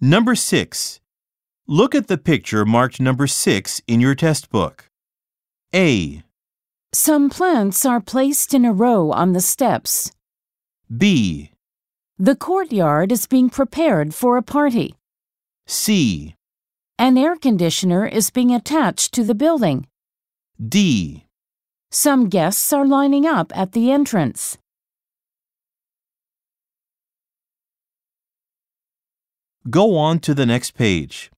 Number 6. Look at the picture marked number 6 in your test book. A, Some plants are placed in a row on the steps. B, The courtyard is being prepared for a party. C, An air conditioner is being attached to the building. D. Some guests are lining up at the entrance. Go on to the next page.